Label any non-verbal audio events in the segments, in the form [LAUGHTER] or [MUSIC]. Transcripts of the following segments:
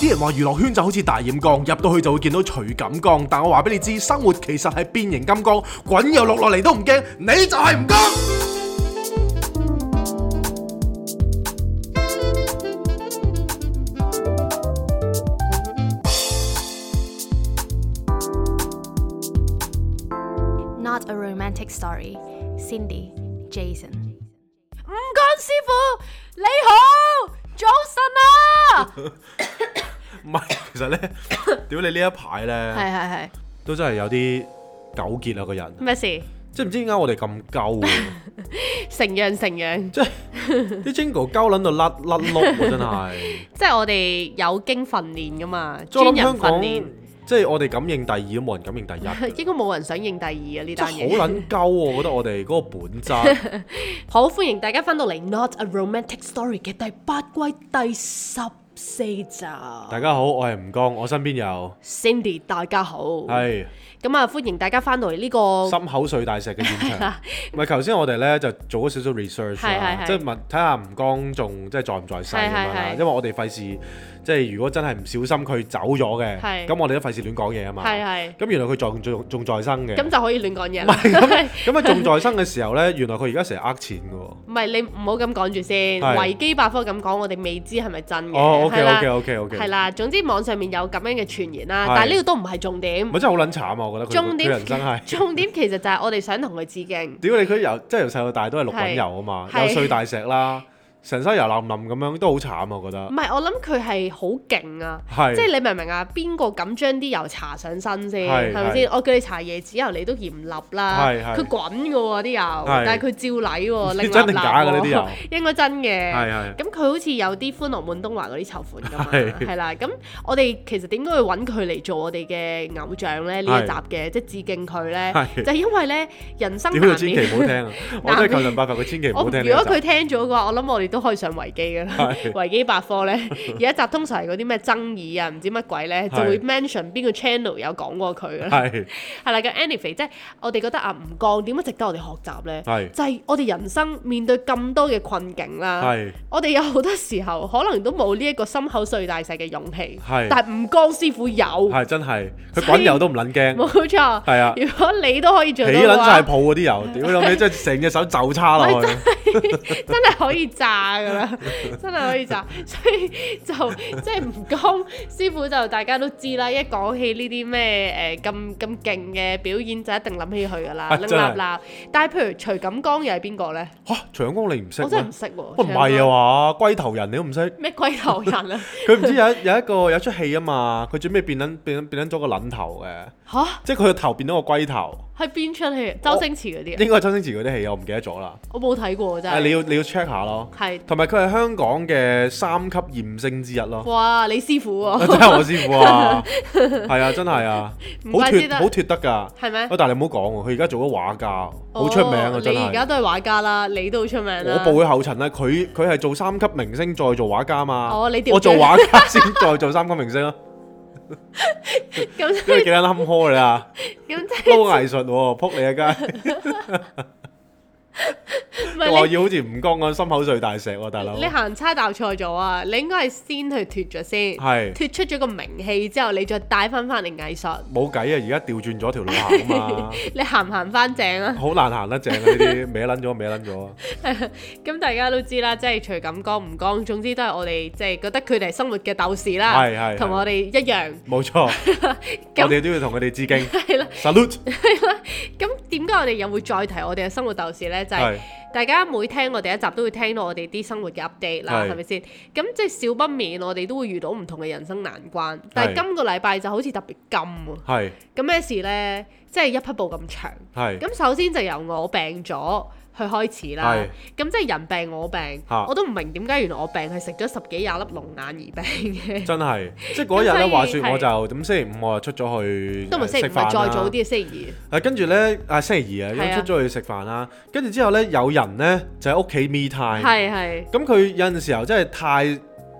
啲人話娛樂圈就好似大染缸，入到去就會見到徐錦江，但我話俾你知，生活其實係變形金剛，滾又落落嚟都唔驚，你就係唔驚。 Not a romantic story. Cindy, Jason。吳剛師傅，你好，哦早 [LAUGHS] 晨啊！唔係，其 [LAUGHS] 實咧，屌你呢一排咧，係係都真係有啲糾結啊個人，係，咩事？即係唔知點解我哋咁鳩啊，成樣成樣， [LAUGHS] 即係啲 Jingle 鳩撚到甩甩碌喎，真係。 [LAUGHS] 即係我哋有經訓練噶嘛，即係我專諗人香訓港，練，，即係我哋敢認第二都冇 [LAUGHS] 人敢認第一應該冇人想認第二啊呢真單係好嘢。撚鳩啊！我覺得我哋嗰個本質， [LAUGHS] 好歡迎大家翻到嚟《Not a Romantic Story》嘅第八季第十四集。大家好，我係吳剛，我身邊有 Cindy，大家好。咁係啊，歡迎大家翻到嚟呢個心口碎大石嘅現 [LAUGHS] 場。唔係頭先我哋咧就做咗少少 research 係啦係係即係問睇下吳剛仲即係在唔在世咁樣啦係係係因為我哋費事即係如果真係唔小心佢走咗嘅，係咁我哋都費事亂講嘢啊嘛。係係，咁原來佢仲仲仲在生嘅，咁就可以亂講嘢唔啦。係咁咁啊仲在生嘅時候咧，原來佢而家成日呃錢嘅 [LAUGHS] 喎。唔係你唔好咁講住先，係維基百科咁講，我哋未知係咪真嘅。哦，OK 係啦 OK OK OK，係啦，總之網上面有咁樣嘅傳言啦，係但係呢個都唔係重點咪。真係好撚慘啊！我覺得佢重佢點，人生係 [LAUGHS] 重點其實就係我哋想同佢致 [LAUGHS] 敬。屌你佢由即係由細到大都係綠滾油啊嘛，係又碎大石啦，成身油淋淋咁樣都好慘啊！我覺得唔係，我諗佢係好勁啊！係嗯即係你明唔明啊？邊個敢將啲油搽上身先？係係咪先？我叫你搽椰子油，你都嫌笠啦。係係佢滾嘅喎啲油，但係佢照禮 [LAUGHS] 喎，你拎真定假㗎呢啲油？ [LAUGHS] 應該真嘅。係係咁佢好似有啲歡樂滿東華嗰啲籌款㗎嘛，係係啦。咁我哋其實點解會揾佢嚟做我哋嘅偶像咧？呢一集係嘅即係致敬佢咧，係就係因為咧人生屌難佢千祈免。唔好 [LAUGHS] 聽啊！我都係求神拜佛，佢千祈唔我好如果聽呢一集。佢聽咗嘅話，我諗我哋都可以上維基㗎啦。係維基百科咧，有一集通常係嗰啲咩爭議啊，唔知乜鬼咧，就係會 mention 邊個 channel 有講過佢 [LAUGHS] 㗎啦。係係啦，咁 anyway，即係我哋覺得啊，吳剛點解值得我哋學習咧？係就係我哋人生面對咁多嘅困境啦，係我哋有好多時候可能都冇呢一個心口碎大石嘅勇氣，係但係吳剛師傅有，係真係，佢滾油都唔撚驚，冇錯。係 [LAUGHS] 啊，如果你都可以起做到嘅撚晒 [LAUGHS] 話，泡嗰啲油，屌你老味，真係成隻手就叉 [LAUGHS] 落去。真係可以炸㗎啦， [LAUGHS] 真係可以炸。所以就即係吳剛師傅就大家都知啦，一講起呢啲咩誒咁咁勁嘅表演就一定諗起佢㗎啦，啊拎真係立立。但係譬如徐錦江又係邊個咧？ [LAUGHS] 嚇，長江你唔識我咩真係唔？識喎。喂唔係啊嘛，龜頭人你都唔識。咩龜頭人 [LAUGHS] 啊？佢唔知有一有一個有一出 [LAUGHS] 戲啊嘛，佢最尾變撚變撚變撚咗個撚頭嘅，吓？即係佢個頭變咗個龜 [LAUGHS] 頭。係邊出戲？周星馳嗰啲啊？應該係周星馳嗰啲戲，我唔記得咗啦。我冇睇過真誒，你係。要你要 check 下咯。係同埋佢係香港嘅三級艷星之一咯。哇，李師傅啊 [LAUGHS] 喎，真係我師傅 [LAUGHS] 啊！係啊，真係啊，唔好怪之得脱好脱得㗎。係咩喂，？但係你唔好講喎，佢而家做咗畫家，好出名啊！哦真你而係。家都係畫家啦，你都好出名我啊啦。步佢後塵啦，佢佢係做三級明星再做畫家嘛。哦你調轉我做畫家先再做三級明 [LAUGHS] 星啦， [LAUGHS] 咁真係幾撚坎坷你 [LAUGHS] 啊！咁即撈藝術喎，撲你啊街！ [LAUGHS] 係唔我啊話係要好似吳剛咁心口碎大石喎，大佬你？你。行差踏錯咗啊！你應該係先去脱咗先，係脱出咗個名氣之後，你再帶翻翻嚟藝術，冇計啊！而家調轉咗條路行 [LAUGHS] 啊嘛，你行唔行翻正啊？好難行得正啊！呢啲歪撚咗，歪撚咗啊！ [LAUGHS] 咁大家都知啦，即係徐錦江、吳剛，總之都係我哋即係覺得佢哋係生活嘅鬥士啦，係係係同我哋一樣。冇錯，我哋都要同佢哋致敬。係啦 Salute！咁點解我哋又會再提我哋嘅生活鬥士呢？就係、係大家每聽我哋一集都會聽到我哋啲生活嘅 update 啦，係係咪先？咁即係少不免我哋都會遇到唔同嘅人生難關，但係係今個禮拜就好似特別金喎。係咁咩事呢？即係一匹布咁長。係咁首先就由我病咗去開始啦係。咁即係人病我病，嚇我都唔明點解原來我病係食咗十幾廿粒龍眼而 [LAUGHS] 病嘅。真係，即係嗰日咁所咧，以話說係我就咁星期五我就出咗去都唔係星期食五，係飯再早啦。啲嘅星期啊，跟住咧啊星期二啊，係咁啊出咗去食飯啦。跟住之後咧，有人咧就喺屋企 me 二。 time。係係咁佢有陣時候真係太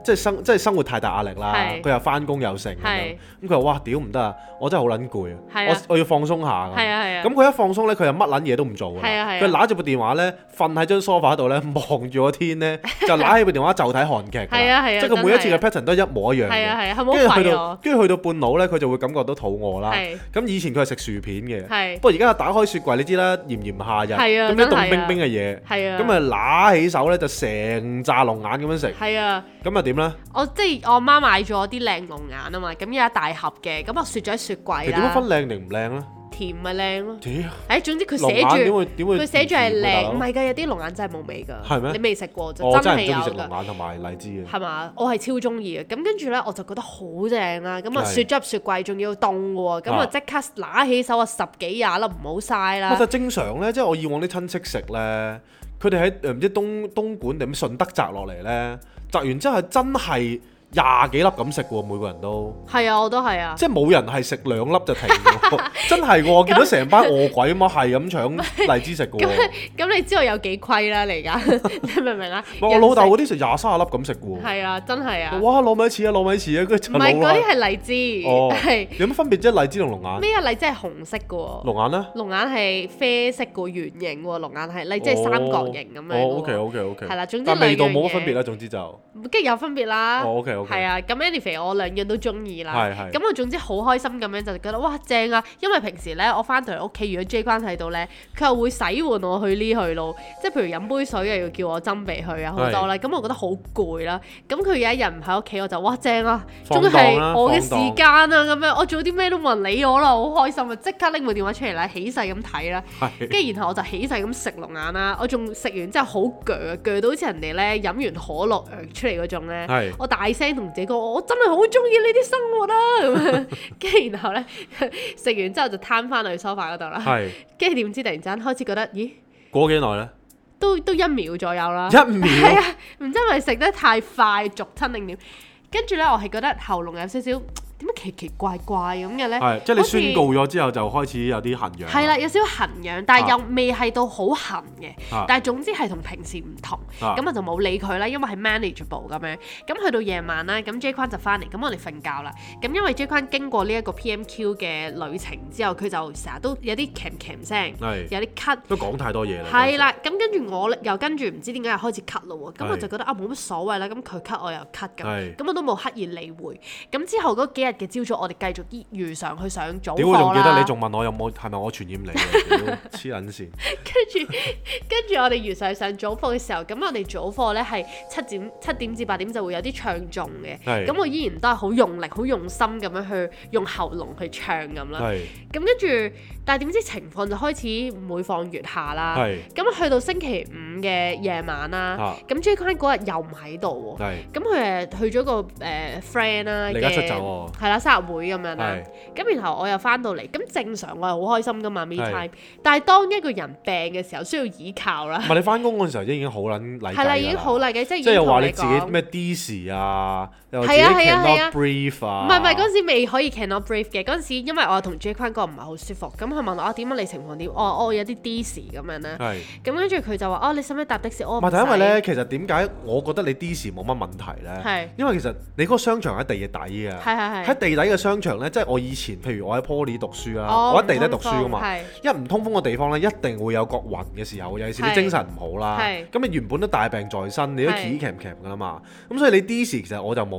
即係生即係生活太大壓力啦，係佢又翻工又成咁樣係，咁佢話哇屌唔得啊，我真係好撚攰係啊啊，我我要放鬆下咁係啊係啊咁佢一放鬆咧，佢就乜撚嘢都唔做㗎啦係啊係啊佢揦住部電話咧，瞓喺張 sofa 度咧，望住個天 [LAUGHS] 咧，就揦起部電話就睇韓劇㗎啦，係啊係啊即係佢每一次嘅真係 pattern 都係一模一樣係啊嘅。係啊，係跟冇住去廢到我，跟住去到半腦咧，佢就會感覺到肚餓啦。係咁以前佢係食薯片嘅，係不過而家打開雪櫃，你知啦，炎炎夏日，係啊咁一真係凍啊冰冰嘅嘢，係啊，咁啊揦起手咧就成扎龍眼咁樣食，係啊。咁啊點咧？我即係我媽買咗啲靚龍眼啊嘛，咁有一大盒嘅，咁我雪咗喺雪其實櫃點樣分啦。靚定唔靚咧？甜咪靚咯，屌，誒總之佢龍寫眼點住會點會？佢寫住係大佬靚，唔係㗎，有啲龍眼真係冇味㗎。係咩哦你未食過就我真真係係唔有中意食龍㗎。眼同埋荔枝嘅。係嘛？我係超中意嘅，咁跟住咧我就覺得好正啦，咁啊係雪咗入雪櫃，仲要凍嘅喎，咁啊啊即刻揦起手啊十幾廿粒，唔好嘥我啦就。啊正常咧，即係我以往啲親戚食咧，佢哋喺呃誒唔知東東莞定順德摘落嚟咧，摘完之後係真係廿幾粒咁食喎，每個人都。係啊，我都係啊。即係冇人係食兩粒就停喎， [LAUGHS] 真係喎！我見到成班餓鬼咁啊，係咁搶荔枝食嘅喎。咁咁你知道有幾虧啦 [LAUGHS] 嚟㗎？你明唔明啊？唔係我老豆嗰啲食廿三粒咁食嘅喎。係啊，真係啊，唔哇！糯米糍啊，糯米糍啊，跟住就係嗰老啲啦係荔枝，哦係。有乜分別啫？荔枝同龍眼，咩啊？荔枝係紅色嘅喎，龍眼咧？龍眼係啡色個圓形喎，龍眼係荔枝係三角形咁樣嘅喎。哦，OK OK OK。係啦總之但味道兩樣冇乜嘢分別啦，總之就跟住有分別啦。哦，OK，OK 係啊，咁 anyway 我兩樣都中意啦。係係咁我總之好開心咁樣就覺得哇正啊！因為平時咧我翻到嚟屋企，如果 J 關喺度咧，佢又會使喚我去呢去路，即係譬如飲杯水又要叫我斟俾佢啊好多啦。咁我覺得好攰啦。咁佢有一日唔喺屋企，我就哇正啊！放終蕩於啦係我嘅放蕩時間啊！咁樣我做啲咩都冇人理我啦，好開心啊！即刻拎部電話出嚟啦，起勢咁睇啦。係跟住然後我就起勢咁食龍眼啦，我仲食完之後好鋸，鋸到好似人哋咧飲完可樂嘔出嚟嗰種咧，係我大聲同自己講：我真係好中意呢啲生活啦、咁樣， [LAUGHS] 跟住然後咧食完之後就攤翻去 sofa 嗰度啦，係跟住點知突然之間開始覺得，咦，過幾耐咧？都都一秒左右啦，一秒。唔啊知係咪食得太快逐親定點？跟住咧我係覺得喉嚨有少少點解奇奇怪怪咁嘅咧，係，即係你好似宣告咗之後就開始有啲痕癢。啊係啦，，有少少痕癢，但係又未係到好痕嘅，啊但係總之係同平時唔同，啊咁我就冇理佢啦，因為係 manageable 咁樣。咁去到夜晚啦，咁 J 框就翻嚟，咁我哋瞓覺啦。咁因為 J 框經過呢一個 PMQ 嘅旅程之後，佢就成日都有啲 cam cam 聲，係有啲咳。都講太多嘢啦。係啦，咁跟住我又跟住唔知點解又開始咳咯喎，咁係我就覺得啊冇乜所謂啦，咁佢咳我又咳係咁，咁我都冇刻意理會。咁之後嗰幾日嘅朝早，我哋繼續依如常去上早嗰陣時。課屌，我仲記啦得你仲問我有冇係咪我傳染你 [LAUGHS] 啊？屌黐撚線。跟住 [LAUGHS] 跟住我哋如常上早課嘅時候，咁我哋早課咧係七點七點至八點就會有啲唱誦係嘅，咁我依然都係好用力、好用心咁樣去用喉嚨去唱咁啦。係咁跟住，但係點知情況就開始每況愈下啦。係咁去到星期五嘅夜晚啦啊，咁 J Kun 嗰日又唔喺度喎。係咁佢誒去咗個誒 friend 啦離家嘅出走喎係啦生日會咁樣啦係。咁然後我又翻到嚟，咁正常我係好開心噶嘛 me 係 time。但係當一個人病嘅時候，需要倚靠啦唔，係你翻工嗰陣時候已經好撚禮係啦，已經好禮。嚟嘅，即係已即係經又同話你你自己講咩 dis 啊，又係自己啊係啊係 cannot 啊 brief 啊。唔係唔係，嗰陣時未可以 cannot breathe 嘅，嗰陣時因為我同 J 坤哥唔係好舒服，咁佢問我啊點解你情況點？我話哦我有啲 dis 咁樣啦，係。咁跟住佢就話哦你使唔使搭的士？我啊唔話係，唔但因為使咧，其實點解我覺得你 dis 冇乜問題係咧？因為其實你嗰個商場喺地底啊。係係喺係，地底嘅商場咧，即係我以前，譬如我喺 Poly 讀書啦，哦我喺地底唔讀通書噶嘛風。係一唔通風嘅地方咧，一定會有覺暈嘅時候，尤其是你係精神唔好啦。係咁你原本都大病在身，你都係 c 騎唔騎㗎啦嘛。咁所以你 D 時其實我就冇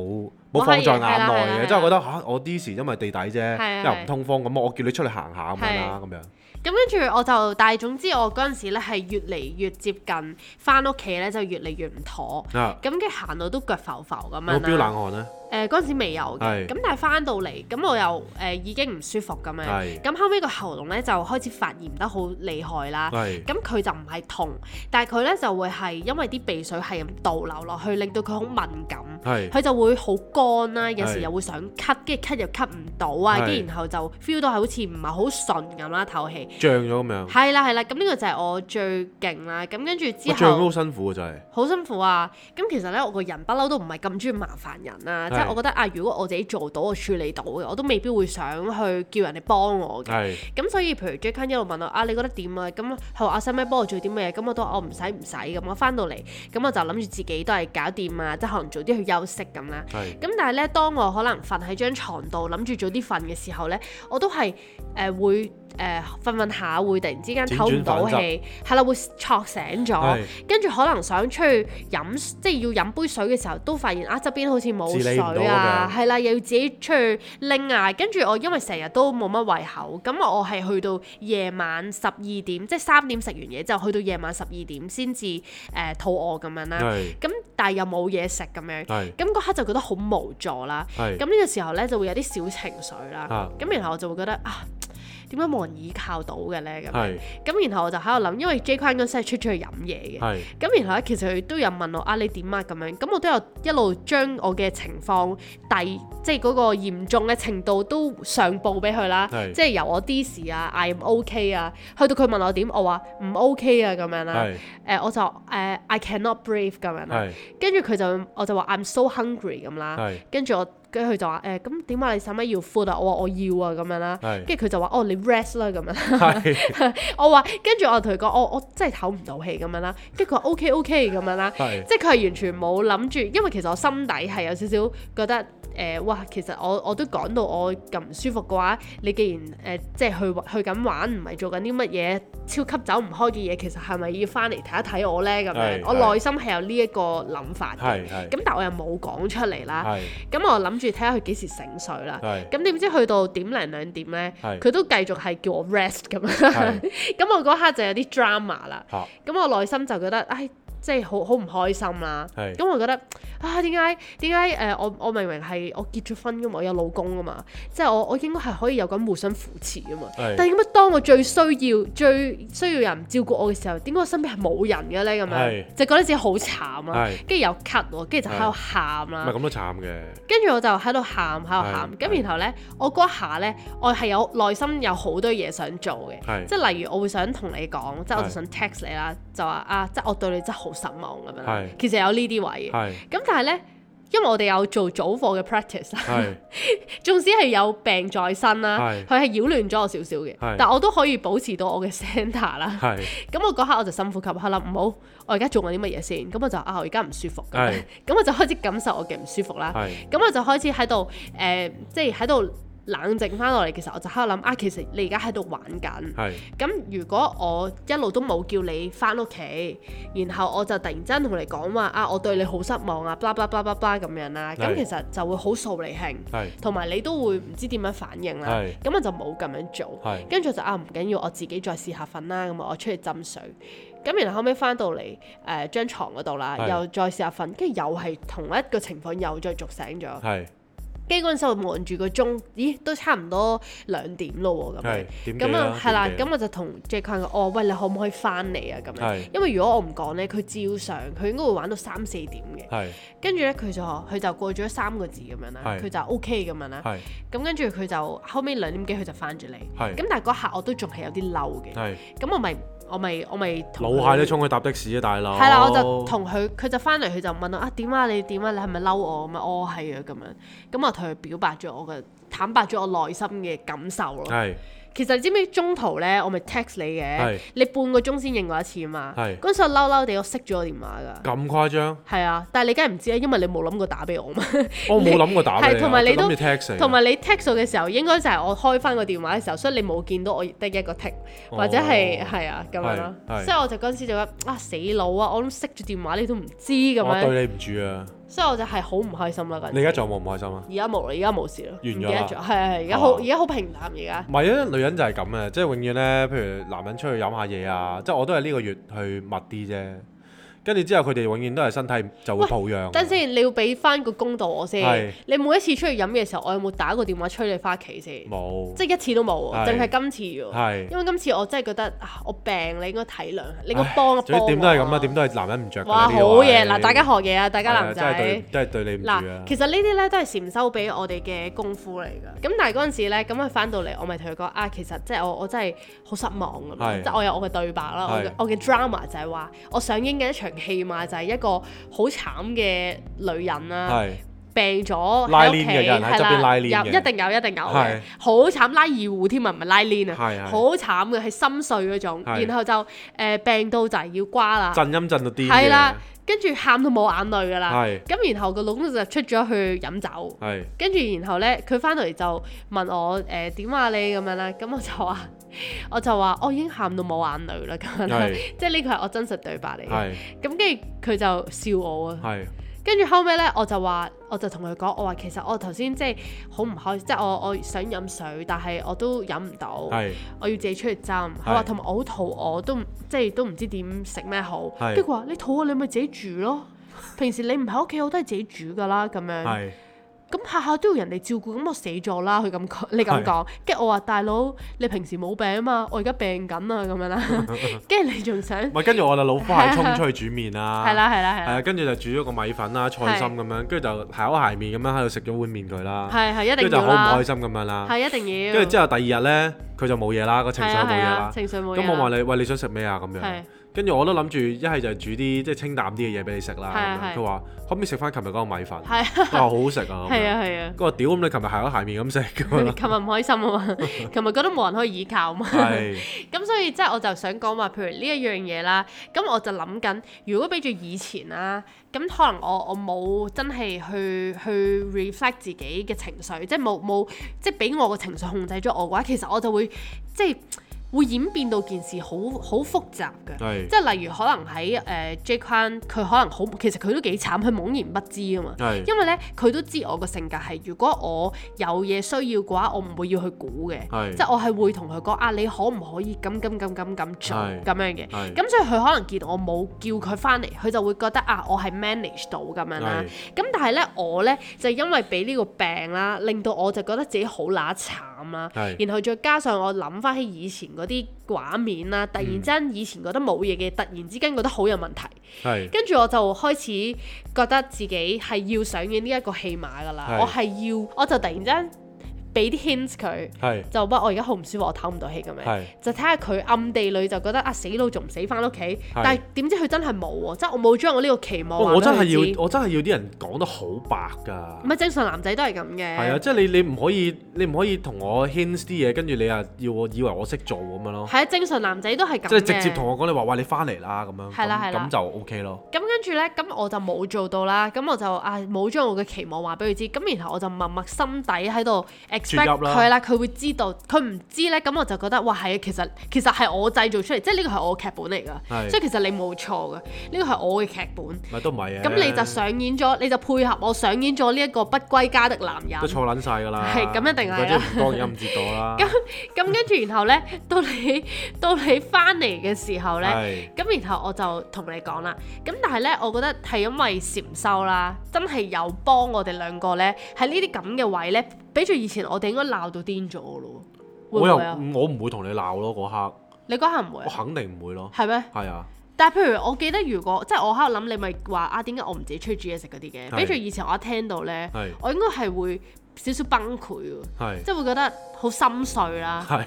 冇冇放在刻意眼係啦係啦內係嘅，啦即係我覺得吓我 D 時因為地底啫，係又唔通風，咁我叫你出去行下咁樣啦，咁樣咁跟住我就，但係總之我嗰陣時咧係越嚟越接近翻屋企咧，就越嚟越唔妥。啊，咁嘅行路都腳浮浮咁有冇飆樣啦。冷啊汗咧？誒嗰陣時未有係嘅，咁但係翻到嚟，咁我又誒、呃已經唔舒服咁係樣。咁後尾個喉嚨咧就開始發炎得好厲害啦。係咁佢就唔係痛，但係佢咧就會係因為啲鼻水係咁倒流落去，令到佢好敏感。係佢就會好乾啦，有係時又會想咳，跟住咳又咳唔到啊，係跟住然後就 feel 到係好似唔係好順咁啦，透氣。漲咗咁樣，係啦係啦，咁呢個就係我最勁啦。咁跟住之我漲都後好辛苦啊，真係好辛苦啊。咁其實咧，我個人不嬲都唔係咁中意麻煩人啦，係即係咧，係我覺得啊，如果我自己做到，我處理到嘅，我都未必會想去叫人哋幫我嘅。係咁所以譬如 J 君一路問我啊，你覺得點啊？咁佢話阿使唔使幫我做啲咩？咁我都話我啊唔使唔使咁。我翻到嚟咁我就諗住自己都係搞掂啊，即係可能早啲去休息咁啦。係咁但係咧，當我可能瞓喺張床度，諗住早啲瞓嘅時候咧，我都係誒、呃、會誒瞓瞓下，會突然之間輾轉唞唔到反側氣，係啦，會錯醒咗係，跟住可能想出去飲，即係要飲杯水嘅時候，都發現啊側邊好似冇自理唔到水啊，咁係啦，又要自己出去拎啊，跟住我因為成日都冇乜胃口，咁我係去到夜晚十二點，即係三點食完嘢之後，去到夜晚十二點先至誒肚餓咁樣啦，係咁但係又冇嘢食咁樣。係咁嗰刻就覺得好無助啦。咁係呢個時候呢，就會有啲小情緒啦啊。咁、然後我就會覺得啊，點解冇人依靠到嘅呢？咁樣係咁然後我就喺度諗，因為 J 坤嗰陣係出咗去飲嘢嘅。係咁然後咧，其實佢都有問我啊，你點啊咁樣。咁我都有一路將我嘅情況第即係嗰個嚴重嘅程度都上報俾佢啦。係即係由我 D 時啊，I am OK 啊，去到佢問我點，我話唔 OK 啊咁樣啦。係誒、我就誒、I cannot breathe 咁樣啦。係跟住佢就我就話 I'm so hungry 咁啦。係跟住我，跟住佢就話誒，咁點解你使乜要 food 啊？我話我要啊，咁樣啦。係跟住佢就話哦，你 rest 啦咁樣。係我話跟住我同佢講，我我真係唞唔到氣咁樣啦。跟住佢話 OK OK 咁樣啦。係即係佢係完全冇諗住，因為其實我心底係有少少覺得誒、呃哇！其實我我都講到我咁唔舒服嘅話，你既然誒、呃即係去去緊玩，唔係做緊啲乜嘢超級走唔開嘅嘢，其實係咪要翻嚟睇一睇我呢？咁樣係我內心係有呢一個諗法嘅，係係咁但我又冇講出 [LAUGHS] 嚟啦。係咁我諗住睇下佢幾時醒水啦。係咁點知去到點零兩點咧，係佢都繼續係叫我 rest 咁樣。係 [LAUGHS] 咁我嗰刻就有啲 drama 啦。嚇咁我內心就覺得，唉，即係好好唔開心啦。係咁我覺得啊，點解點解誒？我我明明係我結咗婚噶嘛，我有老公噶嘛，即係我我應該係可以有咁互相扶持噶嘛。係但係點解當我最需要最需要人照顧我嘅時候，點解我身邊係冇人嘅咧？咁樣係就覺得自己好慘啊，係跟住又咳喎，跟住就喺度喊唔啦係。咁都慘嘅跟住我就喺度喊，喺度喊。係咁然後呢，我嗰一下呢，我係有內心有好多嘢想做嘅，係即係例如我會想同你講，即係我係就想 text 你啦，就話啊，即係我對你真係好失望咁樣啦係。其實有呢啲位嘅，係咁但係呢，因為我哋有做早課嘅 practice 啦，係縱使係有病在身啦，係佢係擾亂咗我少少嘅係，但我都可以保持到我嘅 centre 啦。係咁我嗰刻我就深呼吸，係啦，唔好，我而家做緊啲乜嘢先？咁我就啊，我而家唔舒服咁樣係，咁我就開始感受我嘅唔舒服啦。係咁我就開始喺度誒，即係喺度冷靜翻落嚟。其實我就喺度諗啊，其實你而家喺度玩緊。係咁如果我一路都冇叫你翻屋企，然後我就突然之間同你講話啊，我對你好失望啊，blah blah blah blah blah 咁樣啦，咁係其實就會好掃你興，係同埋你都會唔知點樣反應啦。係咁我就冇咁樣做。係跟住就啊唔緊要，我自己再試下瞓啦，咁啊我出去浸水，咁然後後尾翻到嚟誒張床嗰度啦，係又再試下瞓，跟住又係同一個情況，又再續醒咗。係跟住嗰陣時我望住個鐘，咦都差唔多兩點咯喎咁樣係。點咁啊，係啦，點咁我就同 J 坤講，我話喂，你可唔可以翻嚟啊？咁樣係，因為如果我唔講咧，佢照常，佢應該會玩到三四點嘅。係跟住咧，佢就佢就過咗三個字咁樣啦，係佢就 OK 咁樣啦。係咁跟住佢就後尾兩點幾佢就翻住嚟，係咁但係嗰下我都仲係有啲嬲嘅，係咁我咪我咪我咪同老蟹佢都衝去搭的士啊，大佬係啦，我就同佢佢就翻嚟佢就問我啊點啊你點啊你係咪嬲我咁啊哦係啊咁樣，咁我同佢表白咗我嘅坦白咗我內心嘅感受咯。係其實你知唔知中途咧我咪 text 你嘅係，你半個鐘先應我一次啊嘛，係嗰陣時我嬲嬲地我熄咗我電話㗎。咁誇張，係啊，但係你梗係唔知啊，因為你冇諗過打俾我嘛。我冇諗過打俾係啊同埋你都我諗住 text 同埋你 text 我嘅時候，應該就係我開翻個電話嘅時候，所以你冇見到我得一個 tick，哦或者係係啊咁樣咯。係係所以我就嗰陣時就覺得啊死佬啊，我都熄咗電話，你都唔知咁哦我樣，對你唔住啊！所以我就係好唔開心啦嗰陣時。你而家仲有冇唔開心啊？而家冇啦，而家冇事啦，完咗唔記得啦咗，係係而家好哦而家好平淡而家。唔係啊，女人就係咁啊，即係永遠咧，譬如男人出去飲下嘢啊，即係我都係呢個月去密啲啫。跟住之後，佢哋永遠都係身體就會喂抱恙。等先，你要俾翻個公道我先哦係。你每一次出去飲嘅時候，我有冇打個電話催你翻屋企先？冇，即係一次都冇喎，淨係係今次喎。係因為今次我真係覺得啊，我病你應該體諒，你應該唉幫一總幫之我。點都係咁啊，點都係男人唔着㗎哇，啦。好呢個嘢！位嗱，大家學嘢啊，大家係啊男真係對仔。，真係對你唔住嗱啊，其。實呢啲咧都係禪修俾我哋嘅功夫嚟㗎。咁但係嗰陣時咧，咁佢翻到嚟，我咪同佢講啊，其實即係我我真係好失望咁樣，係即係我有我嘅對白啦，我嘅係我嘅 drama 就係話我上映嘅一場戲嘛，就係一個好慘嘅女人啦。係病咗拉喺屋鏈企，嘅有人喺側邊係拉鏈有嘅一定有，一定有係嘅，好慘拉二胡添啊，唔係拉鏈啊，係係好慘嘅，係心碎嗰種，係然後就誒、呃病到就係要瓜啦，震音震到癲啊係啦嘅，，跟住喊到冇眼淚噶啦，係咁然後個老公就出咗去飲酒。係跟住然後咧，佢翻到嚟就問我誒點啊你咁樣啦，咁我就話 [LAUGHS] 我就話我已經喊到冇眼淚啦咁樣啦係，即係呢個係我真實對白嚟嘅。係咁跟住佢就笑我啊，係跟住後尾咧我就話我就同佢講，我話其實我頭先即係好唔開心，即係我我想飲水，但係我都飲唔到，係我要自己出去斟。佢話同埋我好肚餓，都唔即係都唔知點食咩好。係跟住佢話你肚餓你咪自己煮 [LAUGHS] 咯，平時你唔喺屋企我都係自己煮㗎啦咁樣。係咁下下都要人哋照顧，咁我死咗啦！佢咁講，你咁講，跟住我話大佬，你平時冇病啊嘛，我而家病緊啊咁 [LAUGHS] 樣啦，跟住你仲想係咪跟住我哋老花係衝出去煮麵啦，啦係啦係係啦 [LAUGHS] 啊，跟住就煮咗個米粉啦、菜心咁樣，跟住就蟹口蟹面咁樣喺度食咗碗面佢啦，係係一跟住定就要好唔開啦，心咁樣啦。係一啊定要。跟住之後第二日呢，佢就冇嘢啦，個情緒係啊冇嘢係啊啦。情緒冇嘢咁我啦問你，喂，你想食咩啊？咁樣係，跟住我都諗住一係就煮啲即係清淡啲嘅嘢俾你食啦。咁係啊樣係佢話可唔可以食翻琴日嗰個米粉？係啊佢話好好食啊。咁樣係啊係啊，佢話屌咁你琴日蟹口蟹面咁食咁樣啦。琴日唔開心啊嘛， [LAUGHS] 琴日覺得冇人可以依靠啊嘛。係咁所以即係我就想講話，譬如呢一樣嘢啦，咁我就諗緊，如果俾住以前啦，咁可能我我冇真係去去 reflect 自己嘅情緒，即係冇冇即係俾我個情緒控制咗我嘅話，其實我就會即係會演變到件事好好複雜嘅。係即係例如可能喺誒、呃 J 框，佢可能好，其實佢都幾慘，佢懵然不知啊嘛。係因為咧，佢都知我個性格係，如果我有嘢需要嘅話，我唔會要去估嘅，係即係我係會同佢講啊，你可唔可以咁咁咁咁咁做係咁樣嘅。係咁所以佢可能見到我冇叫佢翻嚟，佢就會覺得啊，我係 manage 到咁樣啦。咁但係咧，我咧就因為俾呢個病啦，令到我就覺得自己好乸慘啦。係然後再加上我諗翻起以前嗰啲畫面啦，突然嗯之間以前覺得冇嘢嘅，突然之間覺得好有問題。係跟住我就開始覺得自己係要上演呢一個戲碼㗎啦係，我係要，我就突然之間俾啲 hints 佢，係就話我而家好唔舒服，我唞唔到氣咁樣。係就睇下佢暗地裏就覺得啊死佬仲唔死翻屋企，係哦但係點知佢真係冇喎，即係我冇將我呢個期望哇我真話俾佢係知要，我真係要啲人講得好白㗎。唔係正常男仔都係咁係啊，嘅，即係你你唔可以你唔可以同我 hints 啲嘢，跟住你啊要我以為我識做咁樣咯，係啊，正常男仔都係咁嘅。即係直接同我講你話哇你翻嚟啦咁樣，係啦咁係啦咁就 OK 咯，咁跟住咧，咁我就冇做到啦。咁我就啊冇將我嘅期望話俾佢知。咁然後我就默默心底喺度 expect 啦佢啦，佢會知道。佢唔知咧，咁我就覺得哇係啊，其實其實係我製造出嚟，即係呢個係我嘅劇本嚟係㗎。所以其實你冇錯㗎，呢個係我嘅劇本。咪都唔係嘅。咁你就上演咗，你就配合我上演咗呢一個不歸家的男人都。錯撚晒㗎啦，係咁一定係啦唔怪之唔當音節到 [LAUGHS] 啦，咁跟住然後咧，到你到你翻嚟嘅時候咧。係咁然後我就同你講啦，咁但係呢，我覺得係因為禪修啦，真係有幫我哋兩個呢，喺呢啲咁嘅位呢，比住以前我哋應該鬧到癲咗嘅咯喎，我會又唔會啊？我唔會同你鬧咯嗰刻，你嗰下唔會我啊？肯定唔會咯，係咩？係啊，但係譬如我記得，如果即係我喺度諗，你咪話啊點解我唔自己出去煮嘢食嗰啲嘅？係比住以前我一聽到呢，係我應該係會少少崩潰嘅，係即係會覺得好心碎 [LAUGHS] 啦。係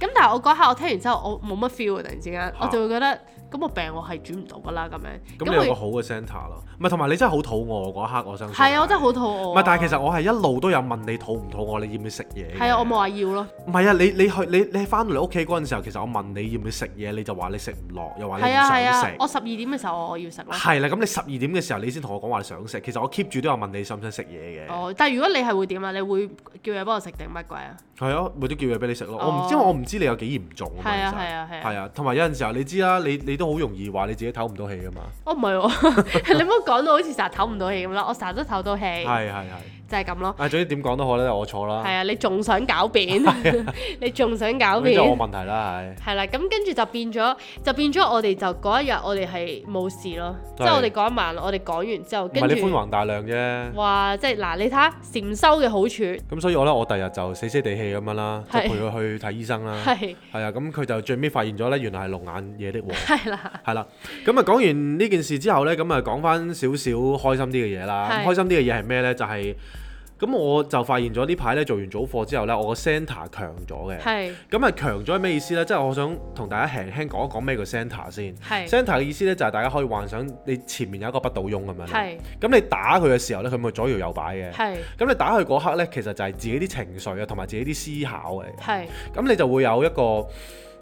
咁但係我嗰下我聽完之後，我冇乜 feel 啊！突然之間，我就會覺得咁我病我係煮唔到㗎啦咁樣。咁你會有個好嘅 centre 咯，唔係同埋你真係好肚餓嗰一刻，我相信係啊，我真係好肚餓啊。唔係，但係其實我係一路都有問你肚唔肚餓，你要唔要食嘢嘅？係啊，我冇話要咯。唔係啊！你你去你你翻到嚟屋企嗰陣時候，其實我問你要唔要食嘢，你就話你食唔落，又話你係唔啊係想啊食，。我十二點嘅時候我要食咯。係啦，咁你十二點嘅時候，你先同我講話你想食。其實我 keep 住都有問你想唔想食嘢嘅。哦，但係如果你係會點啊？你會叫嘢幫我食定乜鬼啊？係啊，咪都叫嘢俾你食咯。哦我唔知因為我唔知你有幾嚴重啊嘛。係啊其實係啊係啊係啊，同埋有陣時候你知啦，你你都好容易話你自己唞唔到氣噶嘛。我哦唔係喎， [LAUGHS] 你唔好講到好似成日唞唔到氣咁啦。我成日都唞到氣，係係係。就係咁咯。啊，總之點講都好咧，我錯啦。係啊，你仲想狡辯， [LAUGHS] 你仲想狡呢就啊我辯。問題啦，係。係啦，咁跟住就變咗，就變咗我哋就嗰一日我哋係冇事咯，即係係我哋嗰一晚我哋講完之後，唔係跟你啊寬住宏大量啫。哇，即係嗱，你睇下禪修嘅好處咁所以我咧，我第日就死死地氣咁樣啦，就係陪佢去睇醫生啦。係係啊，咁佢就最尾發現咗咧，原來係龍眼惹的禍。 [LAUGHS] 係啦，係啦，咁啊講完呢件事之後呢，咁啊講翻少少開心啲嘅嘢啦。係咁開心啲嘅嘢係咩呢？就係、咁我就發現咗呢排咧做完早課之後咧，我個 centre 強咗嘅。係咁啊強咗係咩意思咧？即係我想同大家輕輕講一講咩叫 centre 先。係 centre 嘅意思咧就係大家可以幻想你前面有一個不倒翁咁樣啦。係咁你打佢嘅時候咧，佢咪左搖右擺嘅。係咁你打佢嗰刻咧，其實就係自己啲情緒啊，同埋自己啲思考嚟嘅。係咁你就會有一個誒、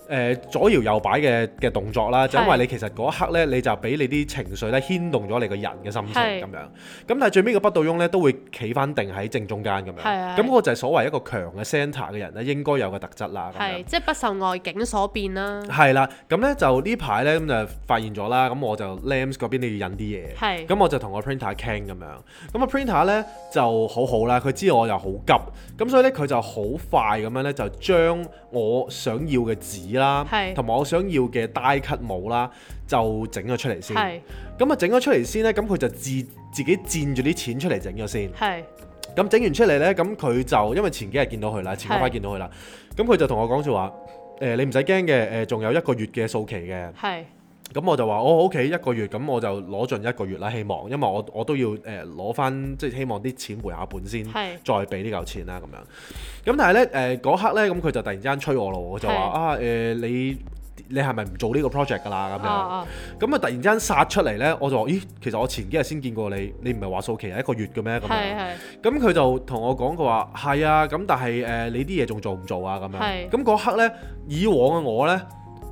呃左搖右擺嘅嘅動作啦，就因為係你其實嗰一刻咧，你就俾你啲情緒咧牽動咗你個人嘅心情係咁樣。咁但係最尾個不倒翁咧都會企翻定喺正中間咁樣。係係咁嗰個就係所謂一個強嘅 centre 嘅人咧應該有嘅特質啦。咁樣係，即係不受外境所變啦。係啦，咁咧就呢排咧咁就發現咗啦，咁我就 Lams 嗰邊都要印啲嘢。係咁我就同個 printer 傾咁樣，咁啊 printer 咧就好好啦，佢知我又好急，咁所以咧佢就好快咁樣咧就將我想要嘅紙啦係，同埋我想要嘅 die cut 帽啦，就整咗出嚟先。係咁啊整咗出嚟先咧，咁佢就自自己攢住啲錢出嚟整咗先。係咁整完出嚟咧，咁佢就因為前幾日見到佢啦，前嗰排係見到佢啦，咁佢就同我講就話。誒、你唔使驚嘅，誒、仲有一個月嘅數期嘅，係咁我就話我 OK 一個月，咁我就攞盡一個月啦，希望，因為我我都要誒攞翻，即係希望啲錢回下本先，係再俾呢嚿錢啦咁樣。咁但係咧誒嗰刻咧，咁佢就突然之間催我咯，我就話係啊誒、你你係咪唔做呢個 project 㗎啦咁樣？哦哦咁啊突然之間殺出嚟咧，我就話咦，其實我前幾日先見過你，你唔係話數期係一個月嘅咩咁係樣？係咁佢就同我講佢話係啊，咁但係誒、你啲嘢仲做唔做啊咁樣？係咁嗰刻咧，以往嘅我咧，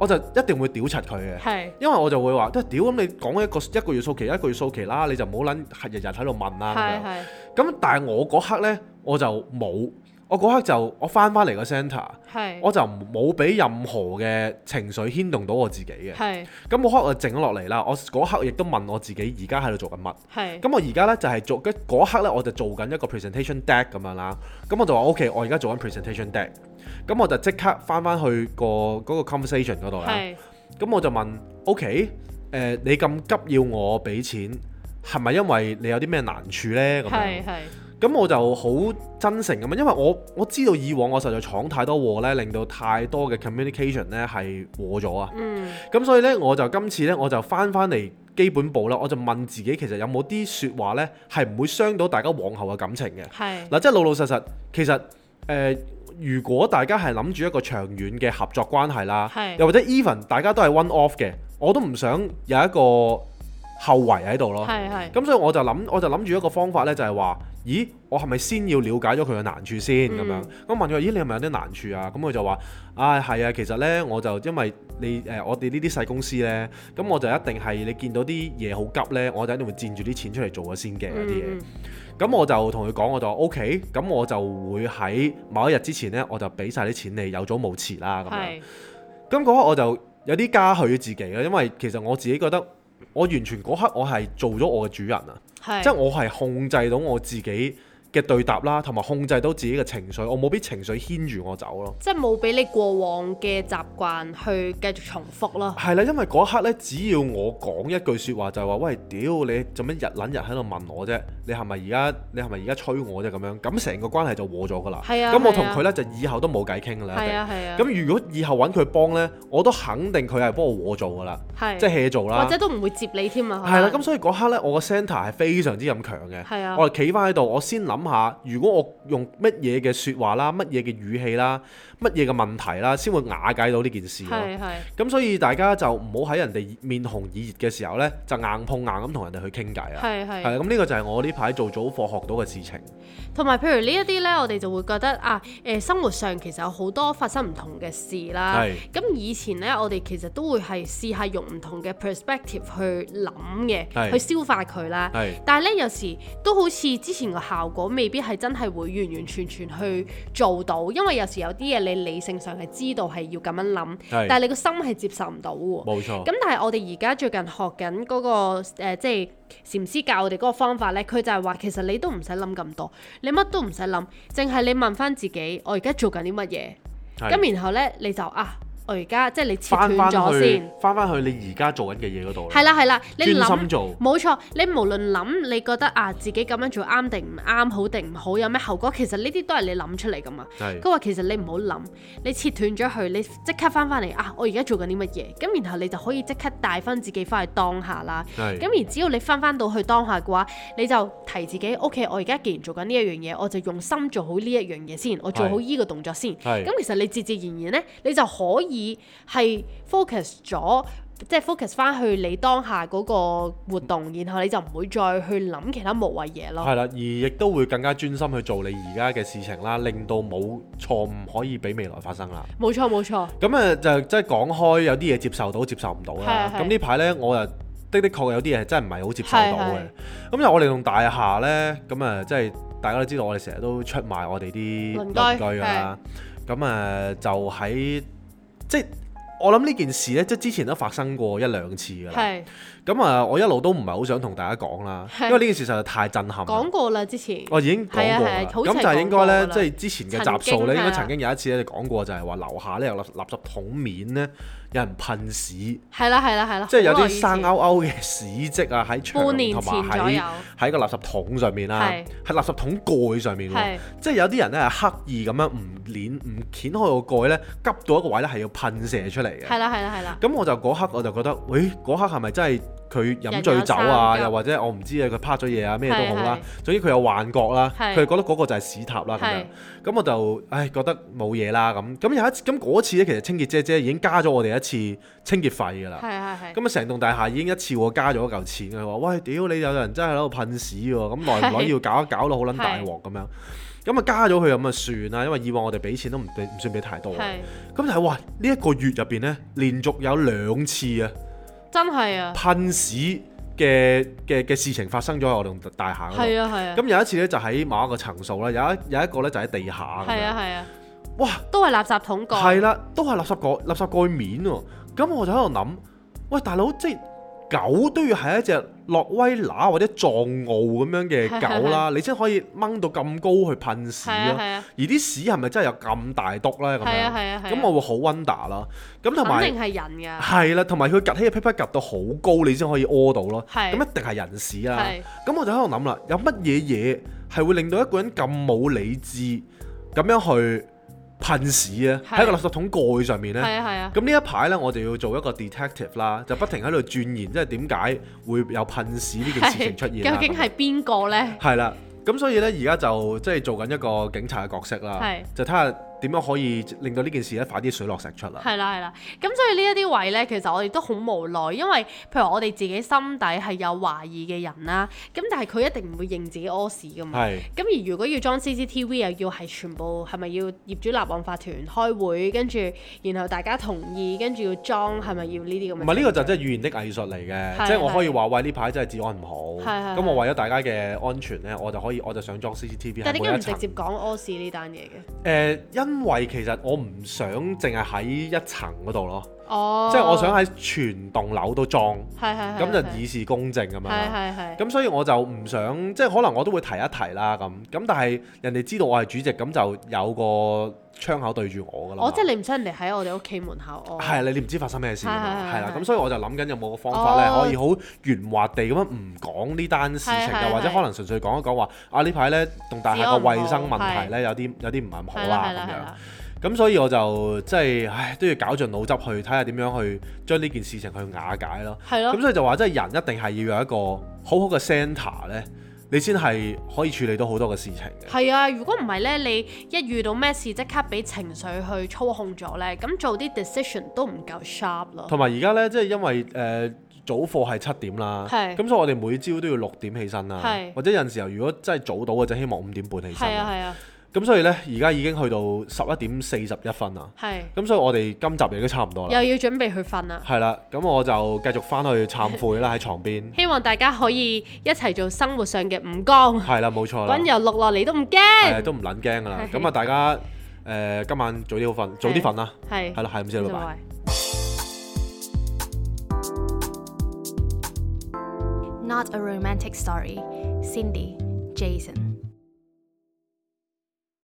我就一定會屌柒佢嘅。係因為我就會話，都係屌咁你講一個一個月數期一個月數期啦，你就唔好撚係日日喺度問係啦咁係樣。咁但係我嗰刻呢，我就冇，我嗰刻就我翻翻嚟個 centre，係我就冇俾任何嘅情緒牽動到我自己嘅。係咁我刻我靜咗落嚟啦，我嗰刻亦都問我自己而家喺度做緊乜。係咁我而家呢，就係做緊嗰刻呢，我就做緊一個 presentation deck 咁樣啦。咁我就話 OK，我而家做緊 presentation deck。咁我就即刻翻翻去個嗰個 conversation 嗰度啦。係啊咁我就問：OK，誒、你咁急要我俾錢，係咪因為你有啲咩難處呢？咁係樣係咁我就好真誠咁樣，因為我我知道以往我實在闖太多禍呢，令到太多嘅 communication 呢係禍咗啊。嗯咁所以呢，我就今次呢，我就翻翻嚟基本步啦，我就問自己其實有冇啲説話呢係唔會傷到大家往後嘅感情嘅。係嗱，即係老老實實，其實誒、呃如果大家係諗住一個長遠嘅合作關係啦係，又或者 even 大家都係 one off 嘅，我都唔想有一個後遺喺度咯。係係咁所以我就諗，我就諗住一個方法呢，就係話，咦，我係咪先要了解咗佢嘅難處先咁樣嗯？咁問佢，咦，你係咪有啲難處啊？咁佢就話，唉，係啊，其實呢，我就因為你誒、呃我哋呢啲細公司呢，咁我就一定係你見到啲嘢好急呢，我就一定會佔住啲錢出嚟做咗先嘅嗰啲嘢。嗯咁我就同佢講，我就話 OK，咁我就會喺某一日之前呢，我就俾晒啲錢你，有早冇遲啦咁樣。係咁嗰刻我就有啲嘉許自己啦，因為其實我自己覺得我完全嗰刻我係做咗我嘅主人啊，係即係我係控制到我自己嘅對答啦，同埋控制到自己嘅情緒，我冇俾情緒牽住我走咯。即係冇俾你過往嘅習慣去繼續重複咯。係啦，因為嗰刻呢，只要我講一句説話就係話，喂，屌你做乜日撚日喺度問我啫？你係咪而家你係咪而家催我啫？咁樣咁成個關係就和咗噶啦。係啊，咁我係同啊佢呢，就以後都冇偈傾㗎啦。一係定啊係啊，咁如果以後揾佢幫呢，我都肯定佢係幫我和做㗎啦，係啊即係 hea 做啦或。者都唔會接你添啊。可係啦，能咁所以嗰刻呢，我個 centre 係非常之咁強嘅。係啊我係企翻喺度，我先諗下，如果我用乜嘢嘅説話啦、乜嘢嘅語氣啦、乜嘢嘅問題啦，先會瓦解到呢件事咯。係係咁所以大家就唔好喺人哋面紅耳熱嘅時候呢，就硬碰硬咁同人哋去傾偈啊。係係係。啦咁呢個就係我呢排做早課學到嘅事情。同埋譬如呢一啲呢，我哋就會覺得啊，誒、生活上其實有好多發生唔同嘅事啦係。咁以前呢，我哋其實都會係試下用唔同嘅 perspective 去諗係嘅，去消化佢啦係。但係呢，有時都好似之前個效果未必係真係會完完全全去做到，因為有時有啲嘢你理性上係知道係要咁樣諗，係但係你個心係接受唔到喎。冇錯。咁但係我哋而家最近學緊嗰、個、呃、即係禪師教我哋嗰個方法咧，佢就係話其實你都唔使諗咁多，你乜都唔使諗，淨係你問翻自己，我而家做緊啲乜嘢？係咁然後咧你就啊我而家即係你切翻斷翻咗去先。翻翻去你而家做緊嘅嘢嗰度啦，係啦係啦，你專諗心做。冇錯，你無論諗你覺得啊自己咁樣做啱定唔啱，好定唔好，有咩後果，其實呢啲都係你諗出嚟噶嘛。係佢話其實你唔好諗，你切斷咗佢，你即刻翻翻嚟啊！我而家做緊啲乜嘢？咁然後你就可以即刻帶翻自己翻去當下啦。係咁而只要你翻翻到去當下嘅話，你就提自己：OK，我而家既然做緊呢一樣嘢，我就用心做好呢一樣嘢先，我做好依個動作先。係咁其實你自自然然呢，你就可以係 focus 咗。即係 focus 翻去你當下嗰個活動，然後你就唔會再去諗其他無謂嘢咯。係啦，而亦都會更加專心去做你而家嘅事情啦，令到冇錯誤可以俾未來發生啦。冇錯冇錯，咁啊，就即係講開有啲嘢接受到，接受唔到啦。係係咁呢排呢，我啊的的確有啲嘢係真係唔係好接受到係嘅。咁就我哋棟大廈呢，咁啊，即係大家都知道，我哋成日都出賣我哋啲鄰居鄰居㗎啦。咁啊，就喺即係我諗呢件事呢，即係之前都發生過一兩次㗎啦。係咁啊，我一路都唔係好想同大家講啦，係因為呢件事實在太震撼啦。講過啦之前。我已經講過係啊係啦啊，好似咁係就係應該講過㗎咧，啦即係之前嘅集數曾經咧，應係啊該曾經有一次咧，就講過就係話樓下咧有垃垃圾桶面咧，有人噴屎，係啦係啦係啦，即係有好耐以啲前生勾勾嘅屎跡啊，喺牆半年同前埋左右喺，喺個垃圾桶上面啦係，喺垃圾桶蓋上面喎係，即係有啲人咧係刻意咁樣唔攣唔掀開個蓋咧，急到一個位咧係要噴射出嚟嘅。係啦係啦係啦，咁我就嗰刻我就覺得，喂，嗰刻係咪真係佢飲醉酒啊？人有三急又或者我唔知啊，佢趴咗嘢啊，咩都好啦係。總之佢有幻覺啦，係佢覺得嗰個就係屎塔啊啦咁樣係。咁我就唉覺得冇嘢啦咁。咁有一次咁嗰次咧，其實清潔姐姐已經加咗我哋一次清潔費㗎啦。係係係，咁啊，成棟大廈已經一次過加咗嚿錢嘅，佢話喂，屌你有人真係喺度噴屎喎，咁耐唔耐係要搞一搞到好撚大鑊咁樣。咁啊加咗佢咁啊算啦，因為以往我哋俾錢都唔俾唔算俾太多嘅。係咁但係哇，呢、一個月入邊咧，連續有兩次啊真係啊，噴屎嘅嘅嘅事情發生咗喺我哋大廈嗰係度。啊係啊，咁有一次咧就喺某一個層數啦，有一有一個咧就喺地下咁係啊樣。係啊，哇，都係垃圾桶蓋，係啦，都係垃圾蓋垃圾蓋面喎。咁我就喺度諗，喂大佬，即係狗都要係一隻洛威拿或者藏獒咁樣 [LAUGHS] 嘅狗啦，你先可以掹到咁高去噴屎係啊啊。係啊而啲屎係咪真係有咁大篤咧？咁係啊樣係啊係啊，咁我會好 wonder 啦。咁同埋肯定係人㗎，係啦，啊同埋佢趌起嘅 p 屁趌到好高，你先可以屙到咯。咁係一定係啊人屎啦。係咁我就喺度諗啦，有乜嘢嘢係會令到一個人咁冇理智咁樣去噴屎啊？係喺個垃圾桶蓋上面呢。係啊係啊，咁呢一排呢，我就要做一個 detective 啦，就不停喺度鑽研，即係點解會有噴屎呢件事情出現啦啊究竟係邊個咧？係啦，咁所以呢，而家就即係做緊一個警察嘅角色啦係，就睇下點樣可以令到呢件事咧快啲水落石出啦。係啦係啦，咁所以呢一啲位咧，其實我哋都好無奈，因為譬如我哋自己心底係有懷疑嘅人啦，咁但係佢一定唔會認自己屙屎㗎嘛。係。咁而如果要裝 CCTV 又要係全部係咪要業主立案法團開會，跟住然後大家同意，跟住要裝係咪要呢啲咁嘅？唔係呢個就真係語言的藝術嚟嘅，係即係我可以話喂呢排真係治安唔好，係係咁我為咗大家嘅安全呢，我就可以我就想裝 CCTV 但係喺點解每一唔直層。接講屙屎呢單嘢嘅？誒、因為其實我唔想淨係喺一層嗰度咯，哦，即係我想喺全棟樓都裝，係係係咁就係以示公正咁樣係啦。係係咁所以我就唔想，即係可能我都會提一提啦咁。咁但係人哋知道我係主席，咁就有個窗口對住我㗎啦嘛。哦我即係你唔想人哋喺我哋屋企門口屙。係啦，你唔知發生咩事㗎嘛，哦係係係係啦，係咁所以我就諗緊有冇個方法咧，哦可以好圓滑地咁樣唔講呢單事情，啊係係又或者係可能純粹講一講話啊呢排咧棟大治安廈唔個好衞生問題咧有啲有啲唔係咁好係啦係啦係啦啦，咁樣，咁所以我就即係唉都要搞盡腦汁去睇下點樣去將呢件事情去瓦解咯。係咁咯，所以就話即係人一定係要有一個好好嘅 centre 咧，你先係可以處理到好多嘅事情嘅。係啊！如果唔係咧，你一遇到咩事即刻俾情緒去操控咗咧，咁做啲 decision 都唔夠 sharp 咯。同埋而家咧，即係因為誒、呃早課係七點啦，係咁所以我哋每朝都要六點起身啦係，或者有陣時候如果真係早到嘅就希望五點半起身係啊啦。係啊咁所以呢，而家已經去到十一點四十一分啦。係，咁所以我哋今集亦都差唔多啦。又要準備去瞓啦。係啦，咁我就繼續翻去懺悔啦，喺床 [LAUGHS] 邊。希望大家可以一齊做生活上嘅五光，係啦，冇錯啦滾，油落落嚟都唔係啊驚。都唔撚驚噶啦。係咁啊，大家誒、呃今晚早啲好瞓，早啲瞓啦。係係，啦，係咁先啦，拜拜。 Not a romantic story. Cindy, Jason.